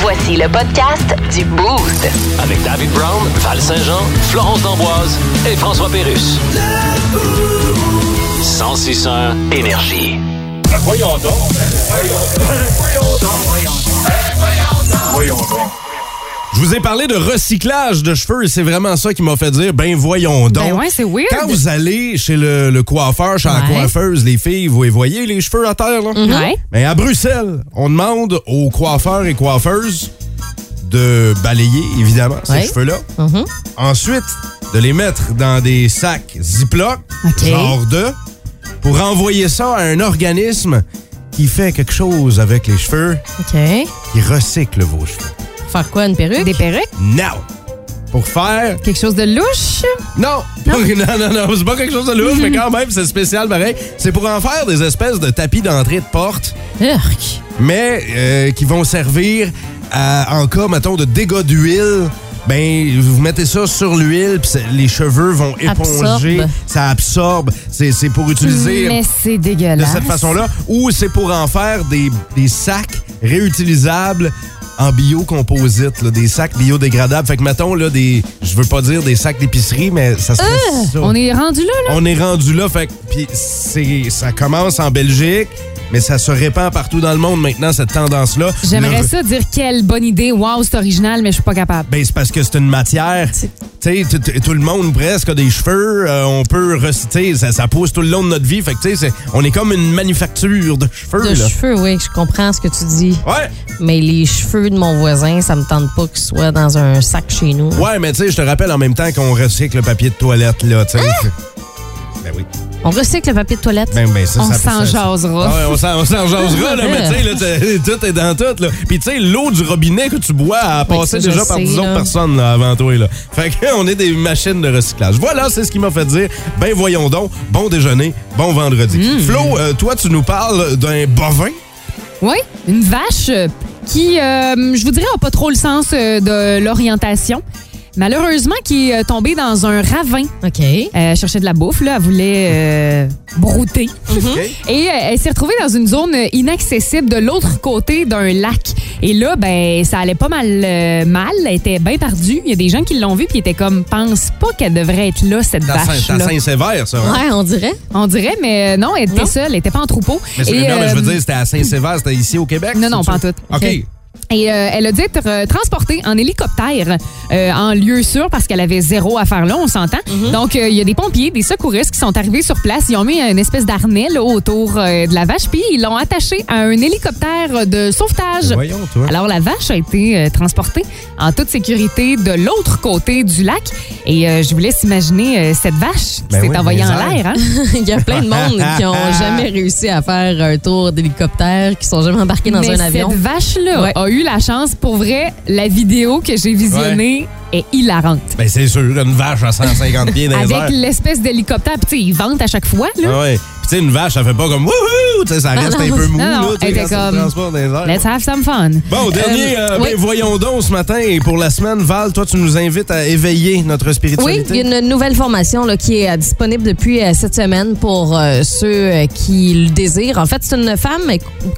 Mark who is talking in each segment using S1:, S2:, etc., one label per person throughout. S1: Voici le podcast du Boost.
S2: Avec David Brown, Val Saint-Jean, Florence D'Amboise et François Pérus. 106 énergie.
S3: Voyons donc. Voyons donc.
S4: Je vous ai parlé de recyclage de cheveux et c'est vraiment ça qui m'a fait dire ben voyons donc.
S5: Ben ouais, c'est weird.
S4: Quand vous allez chez le, le coiffeur, chez la
S5: Ouais.
S4: coiffeuse, les filles, vous les voyez les cheveux à terre là.
S5: Mhm. Ouais.
S4: Mais à Bruxelles, on demande aux coiffeurs et coiffeuses de balayer évidemment ces
S5: Ouais.
S4: cheveux-là.
S5: Mhm.
S4: Ensuite, de les mettre dans des sacs Ziploc,
S5: Ok.
S4: genre de, pour envoyer ça à un organisme qui fait quelque chose avec les cheveux,
S5: OK.
S4: qui recycle vos cheveux.
S6: Faire quoi, une perruque?
S5: Des perruques?
S4: Now! Pour faire
S5: Quelque chose de louche?
S4: Non, non, non, non, non, c'est pas quelque chose de lourd, mais quand même, c'est spécial pareil. C'est pour en faire des espèces de tapis d'entrée de porte,
S6: Urk.
S4: mais euh, qui vont servir à, en cas, mettons, de dégâts d'huile. Ben, vous mettez ça sur l'huile, puis c'est- les cheveux vont éponger,
S6: Absorbe.
S4: ça absorbe. C'est c'est pour utiliser
S5: Mais c'est
S4: de
S5: dégueulasse.
S4: cette façon-là, ou c'est pour en faire des, des sacs réutilisables en biocomposite, là, des sacs biodégradables. Fait que mettons, là, des, je veux pas dire des sacs d'épicerie, mais ça serait ça.
S5: Ah! Euh, On est rendu là, là?
S4: On est rendu là, fait que puis c'est- ça commence en Belgique, mais ça se répand partout dans le monde maintenant, cette tendance-là.
S5: J'aimerais
S4: Le-
S5: ça dire quelle bonne idée. Wow, c'est original, mais je suis pas capable.
S4: Ben, c'est parce que c'est une matière. Tu sais, tout- tout tout le monde presque a des cheveux. euh, on peut reciter, ça, ça pousse tout le long de notre vie. Fait que, tu sais, c'est- on est comme une manufacture de cheveux,
S6: De
S4: là.
S6: cheveux, oui, je comprends ce que tu dis.
S4: Ouais!
S6: Mais les cheveux de mon voisin, ça me tente pas qu'ils soient dans un sac chez nous.
S4: Ouais, mais tu sais, je te rappelle en même temps qu'on recycle le papier de toilette, là, tu sais.
S5: Hein?
S4: Ben oui.
S6: On recycle le papier de toilette.
S4: Ben, ben, ça,
S5: On
S4: ça-
S5: s'en
S4: ça- ça-
S5: jasera.
S4: Ah ouais, on s'en on s'en jasera, là, mais tu sais, là, t'sais, tout est dans tout, là. Puis tu sais, l'eau du robinet que tu bois a
S6: Oui,
S4: passé
S6: ça, je
S4: déjà par
S6: sais,
S4: 10 autres
S6: là.
S4: personnes là, avant toi, là. Fait que, on est des machines de recyclage. Voilà, c'est ce qui m'a fait dire, ben voyons donc, bon déjeuner, bon vendredi.
S5: Mmh.
S4: Flo, euh, toi, tu nous parles d'un bovin.
S5: Oui, une vache euh, qui, euh, je vous dirais, n'a pas trop le sens euh, de l'orientation. Malheureusement, qui est euh, tombée dans un ravin.
S6: OK.
S5: Euh, elle cherchait de la bouffe, là. Elle voulait euh, brouter.
S4: OK?
S5: Et euh, elle s'est retrouvée dans une zone inaccessible de l'autre côté d'un lac. Et là, ben, ça allait pas mal euh, mal. Elle était bien perdue. Il y a des gens qui l'ont vue puis ils étaient comme, pense pas qu'elle devrait être là, cette
S4: T'as Saint-
S5: vache-là.
S4: t'as Saint-Sévère, ça. hein?
S6: Ouais, on dirait.
S5: On dirait, mais euh, non, elle était
S6: Non.
S5: seule. Elle était pas en troupeau.
S4: Mais c'est-
S5: Et,
S4: non, mais je veux
S5: euh,
S4: dire, c'était à Saint-Sévère, c'était ici au Québec.
S5: Non, non,
S4: c'est
S5: pas en
S4: ça?
S5: tout.
S4: OK.
S5: Et euh, elle a dû être euh, transportée en hélicoptère euh, en lieu sûr parce qu'elle avait zéro à faire là, on s'entend.
S6: Mhm.
S5: Donc, euh, il y a des pompiers, des secouristes qui sont arrivés sur place. Ils ont mis une espèce d'harnais là, autour euh, de la vache, puis ils l'ont attachée à un hélicoptère de sauvetage.
S4: Ben, Voyons, toi.
S5: Alors, la vache a été euh, transportée en toute sécurité de l'autre côté du lac. Et euh, je vous laisse imaginer euh, cette vache qui
S4: Ben
S5: s'est
S4: oui,
S5: envoyée
S4: les
S5: en
S4: airs.
S5: l'air. hein.
S6: Il y a plein de monde qui ont jamais réussi à faire un tour d'hélicoptère, qui sont jamais embarqués dans
S5: Mais
S6: un avion.
S5: Cette vache-là
S6: Ouais.
S5: a eu la chance. Pour vrai, la vidéo que j'ai visionnée est hilarante.
S4: Ben, c'est sûr, une vache à 150 pieds dans les airs.
S5: Avec l'espèce d'hélicoptère, puis tu sais, ils vantent à chaque fois, là.
S4: Ah ouais. Puis tu sais, une vache, ça fait pas comme wouhou! Tu sais, ça reste un peu mou,
S5: non,
S4: là,
S5: non,
S4: tu sais,
S5: elle
S4: quand
S5: était
S4: ça se
S5: comme-
S4: transporte dans les airs.
S5: Let's have some fun.
S4: Bon, dernier, euh,
S6: oui.
S4: ben, voyons donc ce matin et pour la semaine, Val, toi, tu nous invites à éveiller notre
S6: Oui, il
S4: spiritualité.
S6: y a une nouvelle formation là, qui est euh, disponible depuis euh, cette semaine pour euh, ceux euh, qui le désirent. En fait, c'est une femme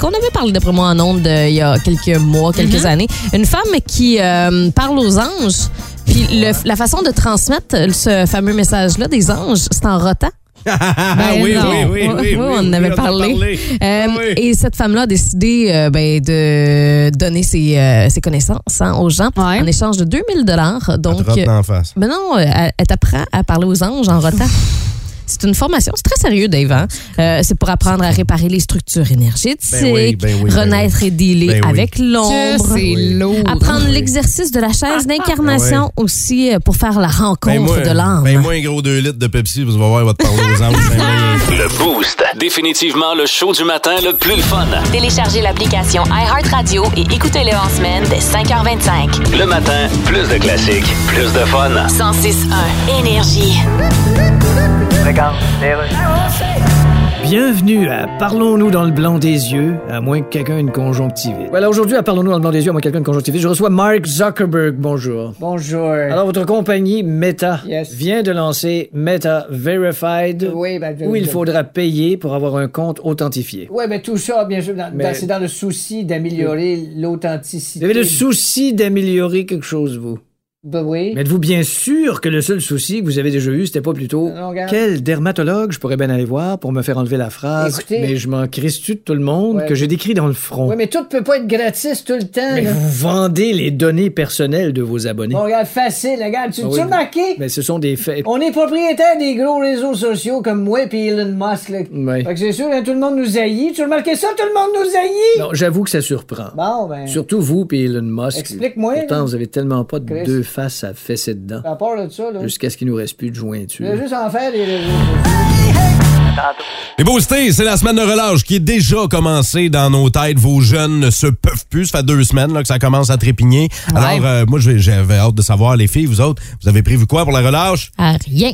S6: qu'on avait parlé d'après moi en ondes euh, il y a quelques mois, quelques années. Une femme qui euh, parle aux anges. Puis le- la façon de transmettre ce fameux message-là des anges, c'est en rotant.
S4: Ah,
S5: Ben non.
S6: on en avait
S4: en a
S6: parlé. Euh,
S4: Ah Oui.
S6: Et cette femme-là a décidé euh, ben, de donner ses, euh, ses connaissances hein, aux gens
S5: Ouais.
S6: en échange de 2000 dollars.
S4: On
S6: Donc,
S4: te rote
S6: euh,
S4: d'en face.
S6: mais non, euh, elle, elle t'apprend à parler aux anges en rotant. C'est une formation, c'est très sérieux, Dave. hein? Euh, c'est pour apprendre à réparer les structures énergétiques,
S4: Ben oui, ben oui, ben
S6: renaître et dealer
S4: Ben oui.
S6: avec
S5: Que
S6: l'ombre,
S5: c'est Ah,
S4: Oui.
S5: lourd.
S6: apprendre
S4: Oui.
S6: l'exercice de la chaise d'incarnation aussi euh, pour faire la rencontre
S4: Ah Ben, moi,
S6: de l'âme.
S4: ben, moi, un gros 2 litres de Pepsi, vous allez voir, il va te parler aux anges. Ben, moi,
S2: Le Boost. Définitivement le show du matin le plus le fun.
S1: Téléchargez l'application iHeartRadio et écoutez-le en semaine dès 5h25.
S2: Le matin, plus de classiques, plus de fun.
S1: 106.1 Énergie.
S7: Bienvenue à Parlons-nous dans le blanc des yeux, à moins que quelqu'un ait une conjonctivite. Voilà, aujourd'hui à Parlons-nous dans le blanc des yeux, à moins que quelqu'un ait une conjonctivite, je reçois Mark Zuckerberg. Bonjour.
S8: Bonjour.
S7: Alors, votre compagnie Meta
S8: Yes.
S7: vient de lancer Meta Verified,
S8: Oui, ben, je-
S7: où il
S8: je-
S7: faudra payer pour avoir un compte authentifié.
S8: Oui, mais tout ça, bien sûr, dans-
S7: Mais-
S8: dans- c'est dans le souci d'améliorer l'authenticité.
S7: Vous avez le souci d'améliorer quelque chose, vous.
S8: Ben oui.
S7: Mais êtes-vous bien sûr que le seul souci que vous avez déjà eu, c'était pas plutôt
S8: Non, regarde.
S7: quel dermatologue je pourrais bien aller voir pour me faire enlever la phrase
S8: Écoutez-
S7: Mais je m'en crisse-tu de tout le monde
S8: Ouais.
S7: que j'ai décrit dans le front.
S8: Oui, mais tout peut pas être gratis tout le temps.
S7: Mais
S8: là.
S7: vous vendez les données personnelles de vos abonnés.
S8: Bon, regarde, facile, regarde. Tu
S7: Ah
S8: tu
S7: oui,
S8: as remarqué?
S7: Mais ce sont des faits.
S8: On est propriétaire des gros réseaux sociaux comme moi et Elon Musk. Là.
S7: Ouais.
S8: Fait que c'est sûr, hein, tout le monde nous haït. Tu as remarqué ça? Tout le monde nous haït!
S7: Non, j'avoue que ça surprend.
S8: Bon, ben,
S7: Surtout vous puis Elon Musk.
S8: Explique-moi, là.
S7: Pourtant, vous avez tellement pas de
S8: Chris.
S7: deux faces à fesser dedans.
S8: à part de ça, là,
S7: Jusqu'à ce qu'il nous reste plus de
S8: je
S7: jointure.
S8: vais juste en faire des réseaux sociaux.
S4: Les boostés, c'est la semaine de relâche qui est déjà commencée dans nos têtes. Vos jeunes ne se peuvent plus. Ça fait deux semaines là, que ça commence à trépigner. Alors, euh, moi, j'ai- j'avais hâte de savoir, les filles, vous autres, vous avez prévu quoi pour la relâche?
S6: À rien.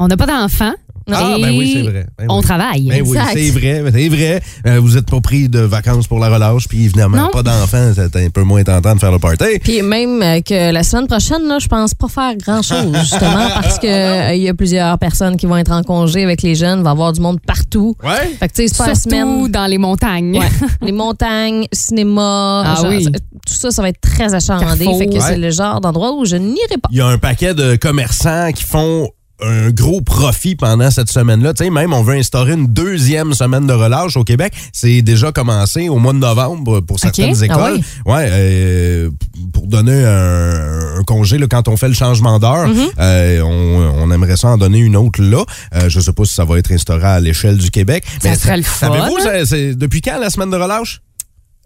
S5: On n'a pas d'enfants.
S4: Ah,
S5: et
S4: ben oui, c'est vrai. Ben
S5: on
S4: oui.
S5: travaille.
S4: Ben oui,
S6: Exact.
S4: c'est vrai, c'est vrai. Euh, vous n'êtes pas pris de vacances pour la relâche, puis évidemment,
S5: Non.
S4: pas d'enfants, c'est un peu moins tentant de faire le party.
S6: Puis même euh, que la semaine prochaine, là, je pense pas faire grand-chose, justement, parce que euh, il y a plusieurs personnes qui vont être en congé avec les jeunes, va y avoir du monde partout.
S4: Ouais?
S6: Fait que, tu sais, c'est pas la
S5: Surtout
S6: semaine.
S5: dans les montagnes.
S6: Ouais. les montagnes, cinéma,
S5: Ah oui.
S6: ça- tout ça, ça va être très achalandé.
S5: Carrefour.
S6: Fait que
S4: Ouais.
S6: c'est le genre d'endroit où je n'irai pas.
S4: Il y a un paquet de commerçants qui font un gros profit pendant cette semaine-là. Tu sais, même on veut instaurer une deuxième semaine de relâche au Québec. C'est déjà commencé au mois de novembre pour certaines
S5: Ah
S4: écoles. Ouais, euh, pour donner un, un congé là, quand on fait le changement d'heure,
S5: Mm-hmm.
S4: euh, on, on aimerait ça en donner une autre là. Euh, je sais pas si ça va être instauré à l'échelle du Québec.
S5: Ça serait le fun. hein?
S4: Savez-vous, c'est- c'est depuis quand la semaine de relâche?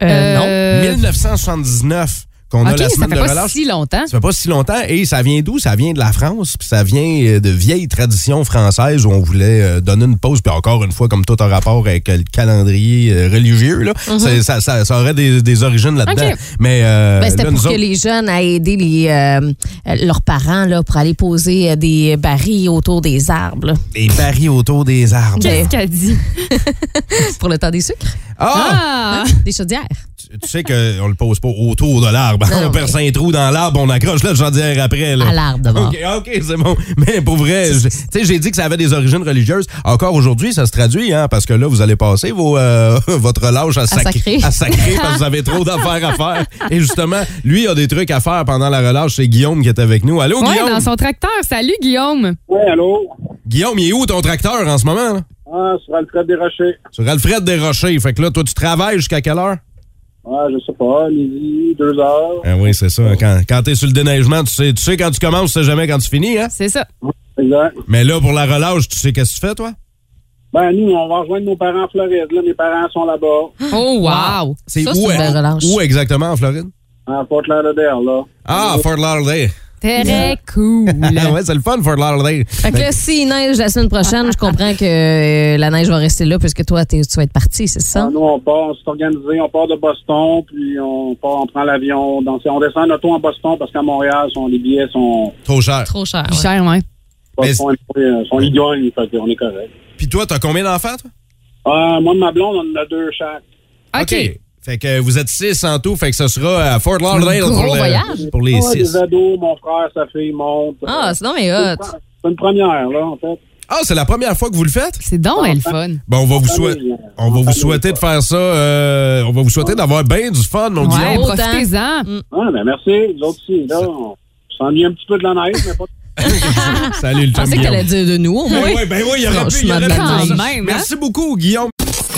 S6: Euh,
S5: Euh,
S6: non.
S4: 1979 qu'on a
S5: OK,
S4: la
S5: ça
S4: semaine
S5: fait
S4: de
S5: pas
S4: relâche.
S5: si longtemps.
S4: Ça fait pas si longtemps. Et ça vient d'où? Ça vient de la France. Puis ça vient euh, de vieilles traditions françaises où on voulait euh, donner une pause. Puis encore une fois, comme tout un rapport avec euh, le calendrier euh, religieux, là,
S6: Mhm.
S4: C'est- ça, ça- ça aurait des, des origines là-dedans.
S5: OK.
S4: Mais euh,
S6: Ben,
S4: là,
S6: c'était
S4: nous
S6: pour que
S4: autres-
S6: les jeunes aient aidé les, euh, euh, leurs parents là, pour aller poser euh, des barils autour des arbres là,
S4: les paris autour des arbres.
S5: Qu'est-ce qu'elle dit?
S6: pour le temps des sucres,
S5: Ah!
S4: Ah!
S6: des chaudières.
S4: Tu tu sais qu'on le pose pas autour de l'arbre.
S6: Non,
S4: on
S6: non,
S4: perce un trou dans l'arbre, on accroche la chaudière après. Là.
S6: À l'arbre d'abord.
S4: OK, OK, c'est bon. Mais pour vrai, je- tu sais, j'ai dit que ça avait des origines religieuses. Encore aujourd'hui, ça se traduit, hein, parce que là, vous allez passer vos, euh, votre relâche à, sacré-
S6: sacrer.
S4: à sacrer parce que vous avez trop d'affaires à faire. Et justement, lui, il a des trucs à faire pendant la relâche. C'est Guillaume qui est avec nous. Allô,
S5: Ouais,
S4: Guillaume?
S5: dans son tracteur. Salut, Guillaume.
S9: Ouais, allô?
S4: Guillaume, il est où ton tracteur en ce moment? là?
S9: Ah, sur Alfred Desrochers.
S4: Sur Alfred Desrochers. Fait que là, toi, tu travailles jusqu'à quelle heure?
S9: Ouais, je sais pas, midi, deux heures.
S4: Ah oui, c'est ça. Quand, quand t'es sur le déneigement, tu sais, tu sais quand tu commences, tu sais jamais quand tu finis, hein?
S5: C'est ça.
S9: Exact.
S4: Mais là, pour la relâche, tu sais qu'est-ce que tu fais, toi?
S9: Ben, nous, on va rejoindre nos parents en Floride. Là, mes parents sont là-bas,
S5: Oh, wow.
S4: C'est
S6: Ça,
S4: où,
S6: c'est une belle relâche.
S4: où exactement en Floride?
S9: à Fort Lauderdale, là.
S4: Ah,
S6: Mmh.
S4: Fort Lauderdale.
S5: Très cool.
S4: Ah ouais, c'est le fun, Fort Lauderdale. Ben,
S6: Fait que là, Ben, s'il neige la semaine prochaine, je comprends que euh, la neige va rester là puisque toi, t'es- tu vas être parti, c'est ça?
S9: Ah, nous, on part, on s'est organisé, on part de Boston, puis on part, on prend l'avion. dans- On descend en auto en Boston parce qu'à Montréal, sont, les billets sont,
S4: Trop cher.
S6: Trop cher.
S5: Plus cher, ouais.
S4: Mais-
S9: sont, euh, sont, sont ignobles, fait qu'on est correct.
S4: Puis toi, t'as combien d'enfants, toi?
S9: Ah, moi, de ma blonde, on en a deux chaque.
S5: OK.
S4: Fait que vous êtes six en tout, fait que ce sera à Fort Lauderdale
S6: Gros
S4: pour, le-
S6: voyage.
S4: pour les
S9: Ah,
S4: six.
S9: des ados, mon frère, sa fille monte.
S4: Euh,
S9: Euh,
S6: Ah, c'est non, mais
S9: c'est
S6: hot.
S9: une première, là, en fait.
S4: Ah, c'est la première fois que vous le faites?
S5: C'est donc ben le fun.
S4: Bon, on va vous, souhait-
S9: Famille,
S4: on va vous
S9: famille,
S4: souhaiter de
S9: quoi.
S4: faire ça. euh, on va vous souhaiter d'avoir bien du fun, mon
S5: Ouais,
S4: Guillaume.
S6: Autant.
S5: profitez-en.
S6: Mm.
S9: Ah, ben merci. L'autre aussi, là, on s'ennuie un petit peu de la neige, mais pas
S4: Salut le
S6: Je
S4: chum
S6: pensais que
S4: Guillaume.
S6: t'allais dire de nous, au
S4: Ben
S6: moins.
S4: ouais, ben oui, il y aurait pu. il y aurait pu
S6: Franchement,
S4: dire ça.
S5: quand même, hein?
S4: Merci beaucoup, Guillaume.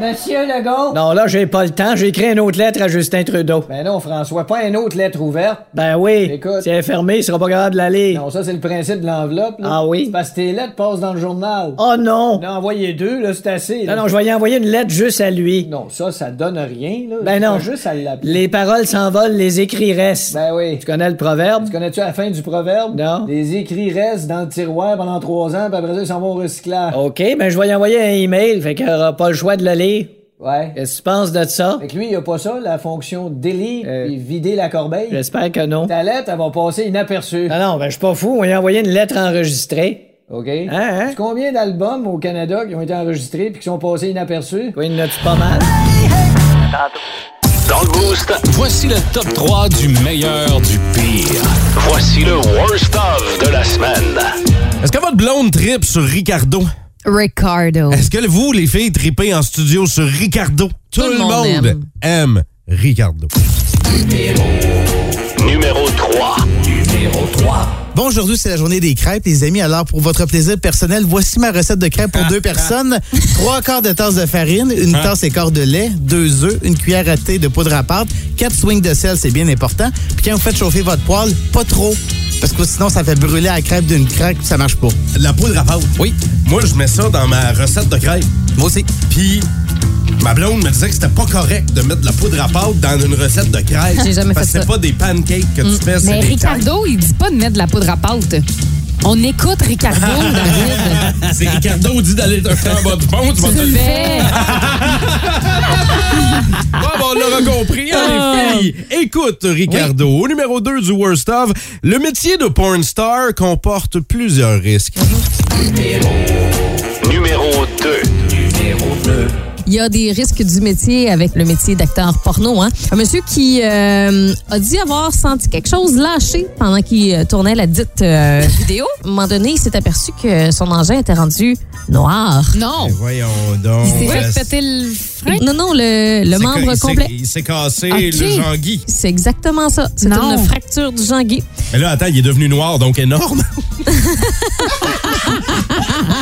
S8: Monsieur Legault.
S7: Non, là, j'ai pas le temps. J'ai écrit une autre lettre à Justin Trudeau.
S8: Ben non, François, pas une autre lettre ouverte.
S7: Ben oui.
S8: Écoute.
S7: Si elle est fermée, il sera pas capable de la lire.
S8: Non, ça, c'est le principe de l'enveloppe. là.
S7: Ah oui?
S8: C'est parce que tes lettres passent dans le journal.
S7: Oh non.
S8: On a envoyé deux, là, c'est assez.
S7: Non,
S8: là.
S7: non, je vais y envoyer une lettre juste à lui.
S8: Non, ça, ça donne rien, là.
S7: Ben non.
S8: T'as juste à l'appeler.
S7: Les paroles s'envolent, les écrits restent.
S8: Ben oui.
S7: Tu connais le proverbe?
S8: Tu connais-tu la fin du proverbe?
S7: Non.
S8: Les écrits restent dans le tiroir pendant trois ans, puis après ça, ils s'en vont au recyclage.
S7: OK, ben je vais y envoyer un email, fait qu'il aura pas le choix de le lire.
S8: Ouais.
S7: Qu'est-ce que tu penses de ça?
S8: Fait que lui, il a pas ça, la fonction délire
S7: Euh.
S8: et vider la corbeille.
S7: J'espère que non.
S8: Ta lettre, elle va passer inaperçue.
S7: Non, non, ben je suis pas fou, on va y envoyer une lettre enregistrée.
S8: OK?
S7: hein?
S8: C'est Combien d'albums au Canada qui ont été enregistrés puis qui sont passés inaperçus?
S7: Quoi, il y en a-tu pas mal?
S2: Dans le boost,
S10: Voici le top 3 du meilleur du pire.
S2: voici le worst of de la semaine.
S4: Est-ce que votre blonde tripe sur Ricardo?
S6: Ricardo.
S4: Est-ce que vous, les filles, tripez en studio sur Ricardo? Tout, le monde, aime. Ricardo.
S2: Numéro 3.
S11: Bon, aujourd'hui, c'est la journée des crêpes, les amis. Alors, pour votre plaisir personnel, voici ma recette de crêpes pour deux personnes. Trois quarts de tasse de farine, une tasse et quart de lait, deux œufs, une cuillère à thé de poudre à pâte, quatre swings de sel, c'est bien important. Puis quand vous faites chauffer votre poêle, pas trop, parce que sinon, ça fait brûler la crêpe d'une craque, ça marche pas.
S4: La poudre à pâte.
S11: Oui.
S4: Moi, je mets ça dans ma recette de crêpes.
S11: Moi aussi.
S4: Puis, ma blonde me disait que c'était pas correct de mettre de la poudre à pâte dans une recette de crêpes.
S6: J'ai jamais
S4: Parce
S6: fait
S4: que c'est
S6: ça. Mm.
S4: pas des pancakes que tu fais, c'est
S5: Mais
S4: des
S5: Ricardo, il dit pas de mettre de la poudre à pâte. On écoute Ricardo, David.
S4: crêpes. C'est Ricardo dit d'aller te faire en bas du pont, tu vas
S5: Tu
S4: te
S5: le fais.
S4: Bon, ben, on l'aura compris,
S6: Ah.
S4: hein, les filles. Écoute, Ricardo, au numéro 2 du Worst of, le métier de porn star comporte plusieurs risques.
S6: Oh.
S2: Numéro 2.
S6: Il y a des risques du métier avec le métier d'acteur porno. Hein? Un monsieur qui euh, a dit avoir senti quelque chose lâcher pendant qu'il euh, tournait la dite euh, vidéo. À un moment donné, il s'est aperçu que son engin était rendu noir.
S5: Non.
S4: Ben, Voyons donc.
S5: Il s'est
S4: Euh,
S5: fait péter le frein.
S6: Non, non, le, le
S4: c'est que-
S6: membre
S4: il s'est-
S6: complet.
S4: Il s'est cassé
S5: Ok.
S4: le Jean-Guy.
S6: C'est exactement ça. C'est
S5: Non.
S6: une fracture du Jean-Guy.
S4: Mais là, attends, il est devenu noir, donc énorme.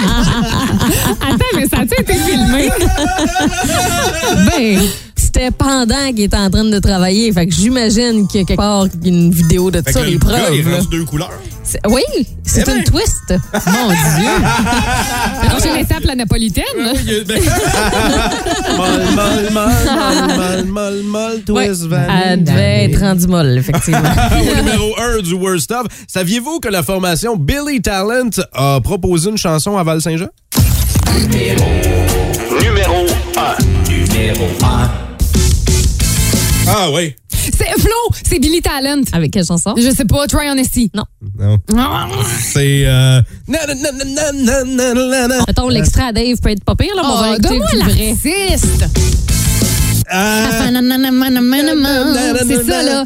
S5: Attends, mais ça a-tu été filmé?
S6: Ben, c'était pendant qu'il était en train de travailler. Fait que j'imagine qu'il y a quelque part une vidéo de
S4: Fait que
S6: ça,
S4: là,
S6: les
S4: le gars,
S6: preuves.
S4: il est
S6: là.
S4: rendu deux couleurs.
S6: C'est- Oui, c'est
S4: Eh ben.
S6: une twist. Mon Dieu.
S5: La prochaine étape, la napolitaine.
S4: mal, mal, mal, mal, mal, mal, twist, vanille.
S6: Elle devait être rendue molle, effectivement.
S4: Au numéro 1 du Worst of, saviez-vous que la formation Billy Talent a proposé une chanson à Val-Saint-Jean?
S2: Numéro 1.
S4: Ah oui.
S5: C'est Flo, c'est Billy Talent.
S6: Avec quelle chanson?
S5: Je sais pas, Try Honesty.
S6: Non.
S4: Non.
S5: Ah,
S4: C'est. Euh... na, na, na, na, na, na, na, na.
S6: Mettons, l'extrait à Dave peut être pas pire, là, mais on va
S5: Ah,
S6: écouter
S5: Donne-moi
S6: le vrai.
S5: l'artiste.
S4: Ah,
S5: C'est ça, là.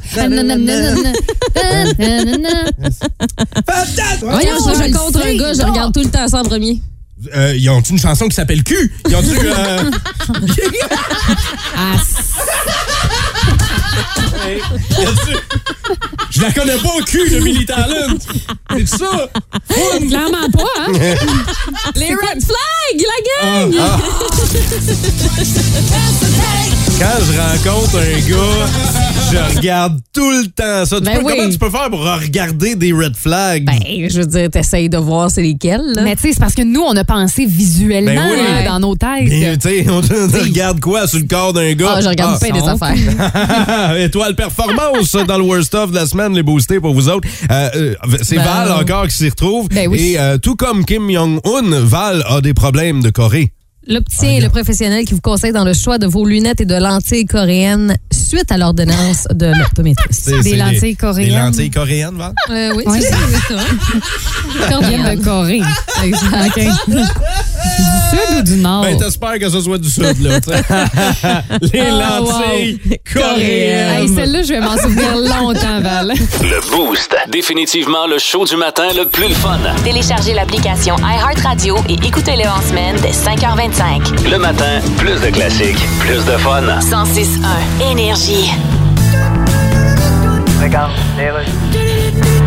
S4: fantastique!
S6: Voyons,
S5: Voyons,
S6: je,
S5: je le
S6: contre un
S5: sais,
S6: gars, je
S5: non.
S6: regarde tout le temps ça en premier.
S4: Euh, ils ont-tu une chanson qui s'appelle Q? Ils ont-tu. euh,
S5: Ah,
S4: ils ont-tu- Je la connais pas au cul de Billy Talent! C'est ça?
S5: clairement pas, hein?
S6: Les red flags, la gang!
S4: Quand je rencontre un gars, je regarde tout le temps ça. Tu
S6: Ben
S4: peux-
S6: oui.
S4: Comment tu peux faire pour regarder des red flags?
S6: Ben, je veux dire, t'essayes de voir c'est lesquels, là.
S5: Mais tu sais, c'est parce que nous, on a pensé visuellement
S4: Ben oui.
S5: là, dans nos têtes. euh,
S4: Bien, tu sais, on, on regarde quoi sur le corps d'un gars?
S6: Ah, je regarde
S4: Ah,
S6: plein des
S5: son.
S6: affaires.
S4: Étoile performance dans le worst of de la semaine, les boostés pour vous autres. Euh, euh, c'est
S6: Ben.
S4: Val encore qui s'y retrouve.
S5: Ben oui.
S4: Et euh, tout comme Kim Jong-un, Val a des problèmes de Corée. Ah,
S6: L'opticien est le professionnel qui vous conseille dans le choix de vos lunettes et de lentilles coréennes suite à l'ordonnance de l'optométriste.
S4: C'est-
S5: Des
S4: c'est
S5: lentilles
S4: Des
S5: coréennes.
S4: lentilles coréennes, Val?
S6: Euh, oui,
S5: Ouais.
S6: c'est ça.
S5: Coréenne de Corée. Exact. Du sud ou du nord?
S6: Oh.
S4: Ben, t'espères que ce soit du sud, là. tu sais. les
S6: Ah,
S5: Oh, wow.
S4: lentilles
S5: Hey,
S4: coréennes.
S5: Celle-là, je vais m'en souvenir longtemps, Val.
S2: Le boost. Définitivement le show du matin le plus le fun.
S1: Téléchargez l'application iHeartRadio et écoutez-le en semaine dès 5h25.
S2: Le matin, plus de classiques, plus de fun.
S1: 106.1 Énergie.
S7: Ah.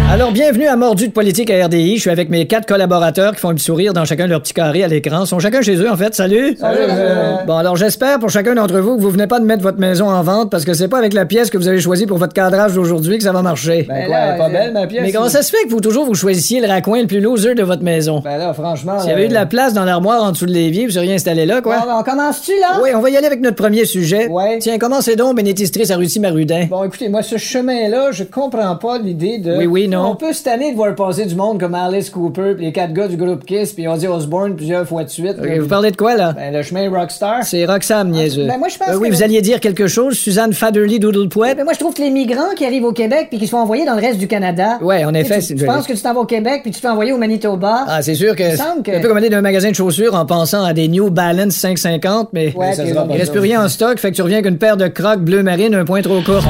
S7: Alors, bienvenue à Mordu de politique à RDI. Je suis avec mes quatre collaborateurs qui font un petit sourire dans chacun de leur petit carré à l'écran. Ils sont chacun chez eux, en fait. Salut!
S8: Salut,
S7: Euh, Bon, alors j'espère pour chacun d'entre vous que vous venez pas de mettre votre maison en vente parce que c'est pas avec la pièce que vous avez choisie pour votre cadrage d'aujourd'hui que ça va marcher.
S8: Ben quoi, elle est pas belle, ma pièce,
S7: Mais comment
S8: ou-
S7: ça se fait que vous toujours vous choisissiez le raccoin le plus loser de votre maison?
S8: Ben là, franchement.
S7: S'il y avait eu de la place dans l'armoire en dessous de l'évier, vous seriez installé là, quoi?
S8: Bon, ben, on commence-tu, là?
S7: Oui, on va y aller avec notre premier sujet.
S8: Ouais.
S7: Tiens, commencez donc, bénéticitrice à Russie Marudin.
S8: Bon, écoutez, moi, ce chemin-là, je comprends pas l'idée de.
S7: Oui, oui, non.
S8: On peut cette année de voir passer du monde comme Alice Cooper, puis les quatre gars du groupe Kiss, puis on dit Osborne plusieurs fois de suite.
S7: Ok,
S8: là.
S7: vous parlez de quoi, là?
S8: Ben, le chemin Rockstar.
S7: C'est Roxane, niaiseux.
S8: ben, moi, je pense
S7: Euh, oui,
S8: que-
S7: vous alliez dire quelque chose, Suzanne Faderly Doodlepouet.
S8: Ben, moi, je trouve que les migrants qui arrivent au Québec puis qui se font envoyer dans le reste du Canada.
S7: Ouais, en
S8: Tu sais,
S7: effet, c'est
S8: Tu,
S7: une
S8: tu
S7: jolie-
S8: penses que tu t'en vas au Québec puis tu te fais envoyer au Manitoba.
S7: Ah, c'est sûr que.
S8: Il me semble que-
S7: Un peu comme aller d'un magasin de chaussures en pensant à des New Balance 550, mais.
S8: Ouais,
S7: mais ça
S8: t'es
S7: sera
S8: bon,
S7: pas Il reste
S8: ça.
S7: plus rien en stock, fait que tu reviens avec une paire de crocs bleu marine un point trop courte.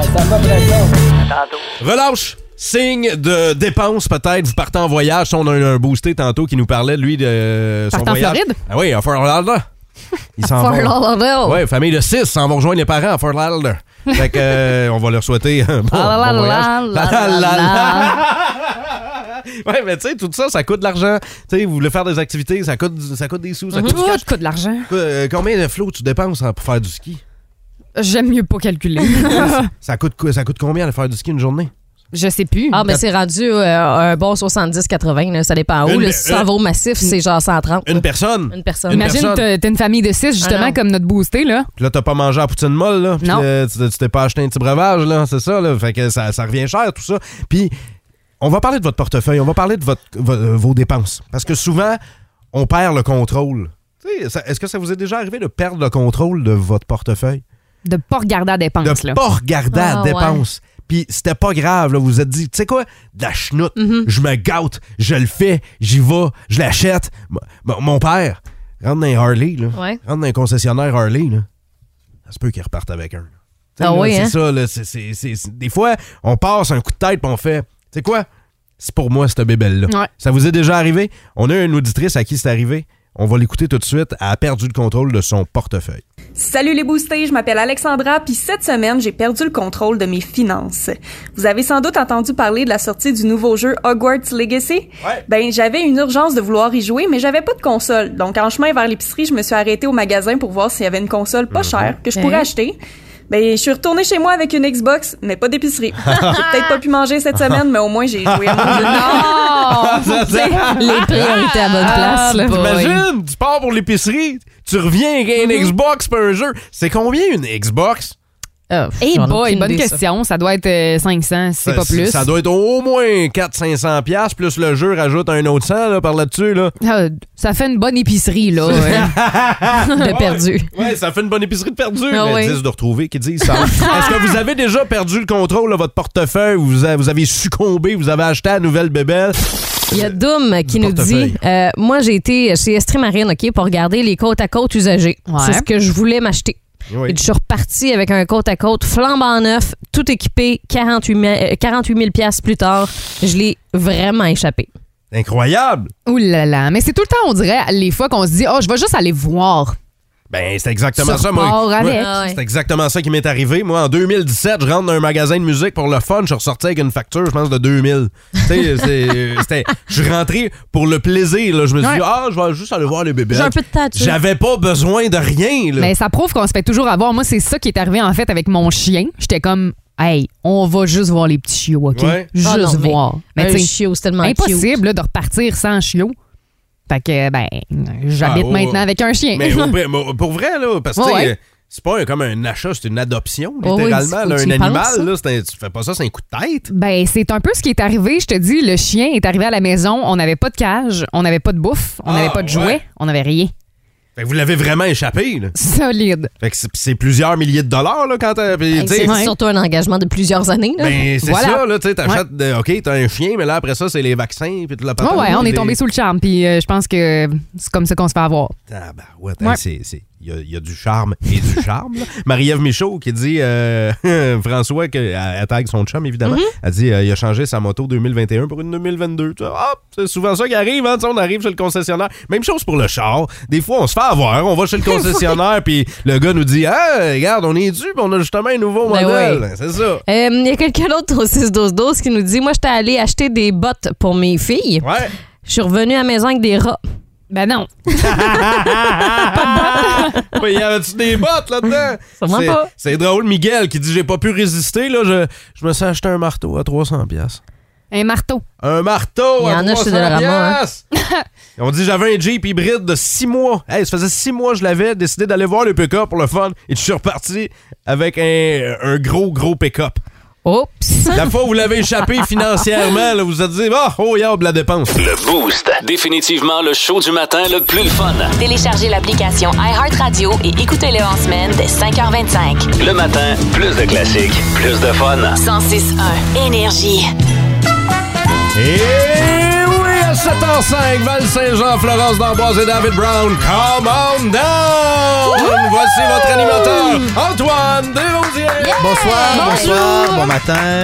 S4: Relâche! Signe de dépense, peut-être. Vous partez en voyage. On a un, un boosté tantôt qui nous parlait, lui, de son
S6: Partant en
S4: voyage.
S6: Floride?
S4: Ah oui, à Fort Lauderdale. Il s'en
S6: Fort
S4: va.
S6: Lauderdale.
S4: Oui, famille de 6 s'en vont rejoindre les parents à Fort Lauderdale. Fait que, euh, on va leur souhaiter un bon,
S6: Ah, la,
S4: bon
S6: la,
S4: voyage.
S6: la, la, la,
S4: Ouais, mais tu sais, tout ça, ça coûte de l'argent. Tu sais, vous voulez faire des activités, ça coûte, du- ça coûte des sous, ça coûte du
S5: Tout
S4: cash.
S5: coûte de l'argent.
S4: Euh, combien de flots tu dépenses en- pour faire du ski?
S5: J'aime mieux pas calculer.
S4: Ça coûte, quoi- ça coûte combien de faire du ski une journée?
S5: Je sais plus.
S6: Ah, mais c'est rendu euh, un bon 70-80, là, ça dépend où.
S4: Une-
S6: là. Si ça va au massif, c'est genre 130.
S4: Une personne?
S6: Une personne.
S5: Imagine,
S4: personne.
S5: t'as t'as une famille de six, justement,
S6: non.
S5: comme notre boosté, là.
S4: Puis là, t'as pas mangé à poutine molle, là. Puis
S5: Non.
S4: euh, tu tu t'es pas acheté un petit breuvage, là. C'est ça, là. Fait que ça, ça revient cher, tout ça. Puis, on va parler de votre portefeuille. On va parler de votre, vo- euh, vos dépenses. Parce que souvent, on perd le contrôle. Tu sais, ça- Est-ce que ça vous est déjà arrivé de perdre le contrôle de votre portefeuille?
S5: De pas regarder à
S4: De
S5: dépenses, là.
S4: pas regarder à
S6: Ah,
S4: dépenses. Puis c'était pas grave, là. Vous vous êtes dit, tu sais quoi? De la chenoute.
S6: Mm-hmm.
S4: Je me gâte. Je le fais. J'y vais. Je l'achète. M- m- mon père rentre dans un Harley, là.
S6: Ouais.
S4: Rentre dans un concessionnaire Harley, là. Ça se peut qu'ils repartent avec un. là. Tu sais,
S6: Ah
S4: là,
S6: oui,
S4: c'est
S6: hein?
S4: ça, là, c'est- c'est- c'est- c'est- Des fois, on passe un coup de tête et on fait, tu sais quoi? C'est pour moi, cette bébelle-là.
S5: Ouais.
S4: Ça vous est déjà arrivé? On a une auditrice à qui c'est arrivé. On va l'écouter tout de suite. Elle a perdu le contrôle de son portefeuille.
S12: Salut les boostés, je m'appelle Alexandra, puis cette semaine, j'ai perdu le contrôle de mes finances. Vous avez sans doute entendu parler de la sortie du nouveau jeu Hogwarts Legacy? Ben, j'avais une urgence de vouloir y jouer, mais j'avais pas de console. Donc, en chemin vers l'épicerie, je me suis arrêtée au magasin pour voir s'il y avait une console pas chère que je pourrais
S6: Hein?
S12: acheter. Ben, je suis retournée chez moi avec une Xbox, mais pas d'épicerie. j'ai peut-être pas pu manger cette semaine, mais au moins j'ai joué à mon jeu.
S5: Oh!
S6: Les priorités à bonne
S5: Ah,
S6: place, là.
S4: T'imagines, tu pars pour l'épicerie, tu reviens avec
S5: Mm-hmm.
S4: une Xbox pour un jeu. C'est combien une Xbox?
S6: Euh,
S5: Eh
S6: j'en ai
S5: boy,
S6: aucune
S5: bonne
S6: idée, ça.
S5: question. Ça. doit être euh, 500, si c'est
S4: Ça-
S5: pas plus.
S4: Ça doit être au moins 400-500$ piastres, plus le jeu rajoute un autre 100 là, par là-dessus. Là.
S5: Ah, ça fait une bonne épicerie, là. ouais.
S6: De perdu.
S4: Ouais, ça fait une bonne épicerie de perdu.
S6: Ah
S4: mais
S6: oui.
S4: 10 de retrouver qui disent ça. Est-ce que vous avez déjà perdu le contrôle de votre portefeuille? Vous, a- vous avez succombé, vous avez acheté la nouvelle bébelle?
S6: Il y a Doom qui nous
S4: portefeuille.
S6: dit euh, Moi, j'ai été chez Estrie Marine, OK, pour regarder les côtes à côte usagées.
S5: Ouais.
S6: C'est ce que je voulais m'acheter.
S4: Oui.
S6: Et Je suis repartie avec un côte à côte flambant neuf, tout équipé, 48 000, euh, 48 000 piastres plus tard. Je l'ai vraiment échappé.
S4: Incroyable!
S5: Ouh là là. Mais c'est tout le temps, on dirait, les fois qu'on se dit, oh, je vais juste aller voir.
S4: Ben, c'est exactement
S5: Tu
S4: ça, moi.
S5: repars
S4: moi,
S5: avec.
S6: Ah ouais.
S4: C'est exactement ça qui m'est arrivé. Moi, en 2017, je rentre dans un magasin de musique pour le fun. Je suis ressorti avec une facture, je pense, de 2000. Tu sais, c'est- c'était- je suis rentré pour le plaisir. là. Je me suis dit, ah, je vais juste aller voir les bébés.
S6: J'ai un peu de tâche.
S4: J'avais pas besoin de rien. là.
S5: Mais ça prouve qu'on se fait toujours avoir. Moi, c'est ça qui est arrivé, en fait, avec mon chien. J'étais comme, hey, on va juste voir les petits chiots, OK?
S4: Ouais.
S5: Juste
S6: Ah non, mais-
S5: voir. Mais
S6: Un
S5: tu sais,
S6: chiot, c'est tellement cute.
S5: impossible là, de repartir sans chiot. Fait que, ben, j'habite
S4: Ah, oh,
S5: maintenant avec un chien.
S4: Mais au- mais au- pour vrai, là, parce que tu sais, euh,
S5: Ouais, ouais.
S4: c'est pas un- comme un achat, c'est une adoption,
S6: Ouais, ouais,
S4: littéralement.
S6: faut
S4: là,
S6: que
S4: un
S6: tu y penses, ça.
S4: animal, là, c'est un- tu fais pas ça, c'est un coup de tête.
S5: Ben, c'est un peu ce qui est arrivé. Je te dis, le chien est arrivé à la maison. On n'avait pas de cage, on n'avait pas de bouffe, on
S4: Ah,
S5: n'avait pas de
S4: ouais.
S5: jouets, on n'avait rien.
S4: Fait que vous l'avez vraiment échappé. là.
S5: Solide.
S4: Fait que c'est- c'est plusieurs milliers de dollars là, quand t'as- puis, tu sais,
S6: C'est
S5: Ouais.
S6: surtout un engagement de plusieurs années. là.
S4: Ben, c'est
S5: Voilà.
S4: ça, là, tu sais, t'achètes, de- OK, t'as un chien, mais là, après ça, c'est les vaccins, puis tout la
S5: Ouais,
S4: patate.
S5: ouais, on
S4: Puis
S5: est tombé
S4: les-
S5: sous le charme, puis euh, je pense que c'est comme ça qu'on se fait avoir.
S4: Tabarouette,
S5: Ouais.
S4: hey, c'est- c'est- il y a- il y, a du charme et du charme. là. Marie-Ève Michaud qui dit euh, François, que, elle, elle tague son chum évidemment,
S5: Mm-hmm.
S4: elle dit euh, il a changé sa moto 2021 pour une 2022. Tu vois, Hop, c'est souvent ça qui arrive, hein, tu sais, on arrive chez le concessionnaire. Même chose pour le char. Des fois, on se fait avoir, on va chez le concessionnaire, puis le gars nous dit Ah, regarde, on est dû, puis on a justement un nouveau
S6: Ben
S4: modèle.
S6: oui.
S4: C'est ça.
S6: Euh, Il y a quelqu'un d'autre au 6-12-12 qui nous dit Moi, j'étais allée acheter des bottes pour mes filles.
S4: Ouais.
S6: Je suis revenue à la maison avec des rats.
S5: Ben non.
S4: Il y avait-tu des bottes là-dedans?
S6: Sûrement
S4: C'est-
S6: pas.
S4: C'est drôle, Miguel qui dit J'ai pas pu résister, là, je, je me suis acheté un marteau à 300$. piastres.
S5: Un marteau.
S4: Un marteau
S5: Il y
S4: à
S5: en a chez
S4: 300$.
S5: Dollarama, hein.
S4: piastres! On dit J'avais un Jeep hybride de 6 mois. Hey, ça faisait 6 mois que je l'avais, décidé d'aller voir le pick-up pour le fun et je suis reparti avec un, un gros, gros pick-up.
S6: Oups!
S4: La fois où vous l'avez échappé financièrement, là, vous vous êtes dit Ah, Oh, y'a de la dépense.
S2: Le Boost. Définitivement le show du matin le plus le fun.
S1: Téléchargez l'application iHeartRadio et écoutez-le en semaine dès 5h25.
S2: Le matin, plus de classiques, plus de fun.
S1: 106.1 Énergie.
S4: Et Eh oui, à 7h05, Val Saint-Jean, Florence D'Amboise et David Brown. Come on down! Voici votre animateur, Antoine Desrosiers.
S11: Bonsoir, bonsoir, bon matin,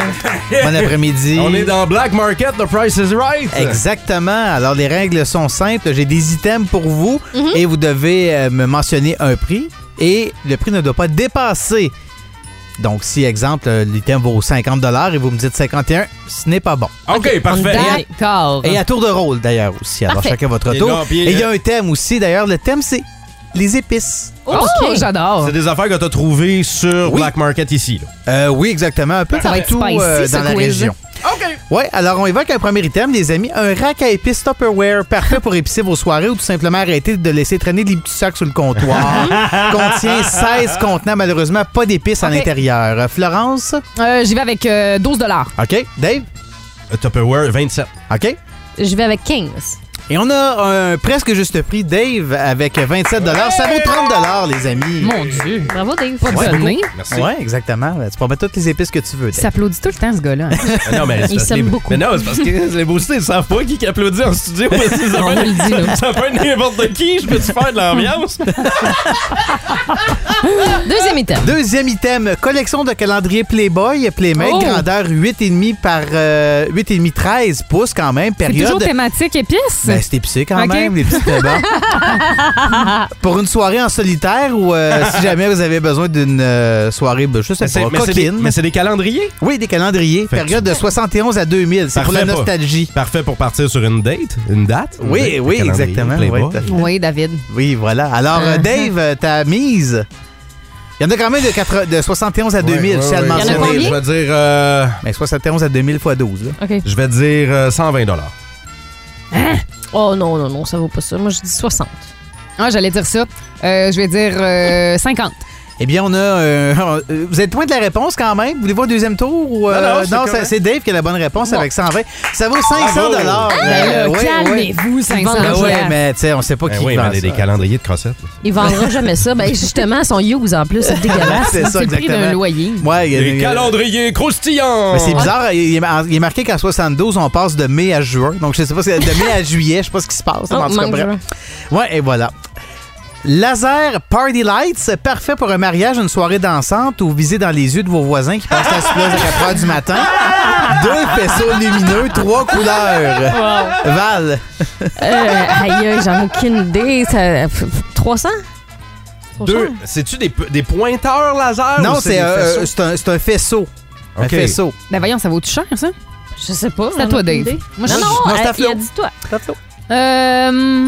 S11: bon après-midi.
S4: On est dans Black Market, The Price is Right.
S11: Exactement. Alors, les règles sont simples. J'ai des items pour vous
S6: Mm-hmm.
S11: et vous devez euh, me mentionner un prix et le prix ne doit pas dépasser. Donc, si, exemple, euh, l'item vaut 50 et vous me dites 51, ce n'est pas bon.
S4: OK, parfait.
S6: D'accord.
S11: Et à tour de rôle, d'ailleurs, aussi. Alors,
S6: Parfait.
S11: chacun votre
S4: Et
S11: tour.
S4: non, puis,
S11: Et il y a
S4: euh,
S11: un thème aussi. D'ailleurs, le thème, c'est les épices.
S5: Oh, j'adore.
S4: C'est des affaires que t'as trouvées sur Black Market ici. là.
S11: Euh, oui, exactement. Un peu
S5: Ça va être
S11: partout
S5: spicy,
S11: euh,
S5: ce
S11: dans la
S5: quiz.
S11: région.
S4: OK.
S11: Oui, alors on évoque un premier item, les amis. Un rack à épices Tupperware, parfait pour épicer vos soirées ou tout simplement arrêter de laisser traîner des petits sacs sur le comptoir. Contient 16 contenants, malheureusement, pas d'épices à l'intérieur. Euh, Florence?
S5: Euh, J'y vais avec euh, 12
S11: OK. Dave?
S4: A Tupperware 27.
S11: OK.
S6: Je vais avec 15.
S11: Et on a un presque juste prix, Dave, avec 27 Ça vaut 30 les amis.
S5: Hmm. Mon Dieu.
S6: Bravo, Dave.
S5: Pas de
S11: Ouais,
S5: bonne main.
S4: Merci.
S11: Oui, exactement. Ben, Tu peux mettre toutes les épices que tu veux,
S5: Il
S11: Dave.
S5: s'applaudit tout le temps, ce gars-là.
S4: Mais Euh, non, mais c'est
S6: Ils
S4: parce que
S6: s'aiment
S4: les-
S6: beaucoup.
S4: Mais non, c'est parce que les boostés, ils savent pas qui qui applaudit en studio. mais c'est- ça, peut
S6: On le dit,
S4: être,
S6: là.
S4: ça peut être n'importe qui. Je peux-tu faire de l'ambiance?
S6: Deuxième item.
S11: Deuxième item, collection de calendrier Playboy, Playmate,
S5: Oh!
S11: grandeur 8,5 par euh, 8,5 13 pouces quand même,
S5: C'est
S11: période.
S5: toujours thématique épice.
S11: Ben, c'est épicé quand
S5: Ok.
S11: même, les petites bandes. Pour une soirée en solitaire ou euh, si jamais vous avez besoin d'une euh, soirée, ben, je sais
S4: c'est-
S11: pas,
S4: c'est des-
S11: coquine.
S4: mais c'est des calendriers.
S11: oui, des calendriers.
S4: Fait que
S11: période de 71 à 2000. C'est pour la
S4: Parfait pas.
S11: nostalgie.
S4: Parfait pour partir sur une date, une date. une date,
S11: Oui,
S4: un
S11: oui,
S4: calendrier,
S11: exactement.
S4: Playboy.
S11: Oui, t'as-
S5: Oui, David.
S11: oui, voilà. Alors, euh, Dave, euh, ta mise. Il y en a quand même de, quatre- de 71 à 2000,
S4: Ouais,
S11: si
S4: ouais,
S11: elle
S4: ouais.
S11: mentionne.
S6: mentionner. combien?
S4: Je vais dire, euh,
S11: Ben, 71 à 2000 fois 12. là.
S6: OK.
S4: je vais dire euh, 120 dollars.
S6: Oh non, non, non, ça vaut pas ça. Moi, je dis 60.
S5: Ah, j'allais dire ça. Euh, je vais dire euh, 50.
S11: Eh bien, on a. euh, euh, vous êtes loin de la réponse quand même. Vous voulez voir le deuxième tour ou.
S4: Non, non, c'est
S11: ça-
S4: correct.
S11: Euh, c'est Dave qui a la bonne réponse avec 120. Ça vaut 500
S4: Bravo.
S11: dollars.
S5: Ben là,
S11: Euh, oui, oui.
S5: Calmez-vous, 500
S11: Ben oui,
S5: piastres.
S11: mais tu sais, on sait pas
S4: Ben
S11: qui
S4: oui,
S11: vend
S4: mais des,
S11: ça.
S4: des calendriers de crossettes.
S6: Il vendra jamais ça. Ben, justement, son use en plus, c'est dégueulasse.
S11: C'est
S5: Ah, C'est
S11: ça,
S5: le prix
S11: exactement.
S5: d'un loyer.
S11: Ouais, il y a- euh, il y a-
S4: calendriers croustillants.
S11: Mais c'est bizarre, il est, il est marqué qu'en 72, on passe de mai à juin. Donc, je sais pas, si- de mai à juillet, je sais pas ce qui se passe.
S6: Oh,
S11: en tout cas,
S6: manque
S11: bref.
S6: juin.
S11: Ouais, et voilà. Laser Party Lights, parfait pour un mariage, une soirée dansante ou viser dans les yeux de vos voisins qui passent la souplesse à 4 heures du matin. Deux faisceaux lumineux, trois couleurs. Val,
S6: Euh, aïe, aïe, j'en ai aucune idée. Ça- f- f- 300?
S4: Deux. C'est-tu des, p- des pointeurs laser?
S11: non,
S4: ou
S11: c'est
S4: des
S11: euh,
S4: faisceaux?
S11: c'est un, c'est un faisceau. Un
S4: Ok.
S11: faisceau.
S5: Ben voyons, ça vaut-tu cher, ça?
S6: Je sais pas. hein,
S5: C'est à toi, Dave. Moi, je-
S6: Non, non,
S11: Moi, c'est à
S6: euh, il
S11: Flo.
S6: a dit toi.
S5: Euh,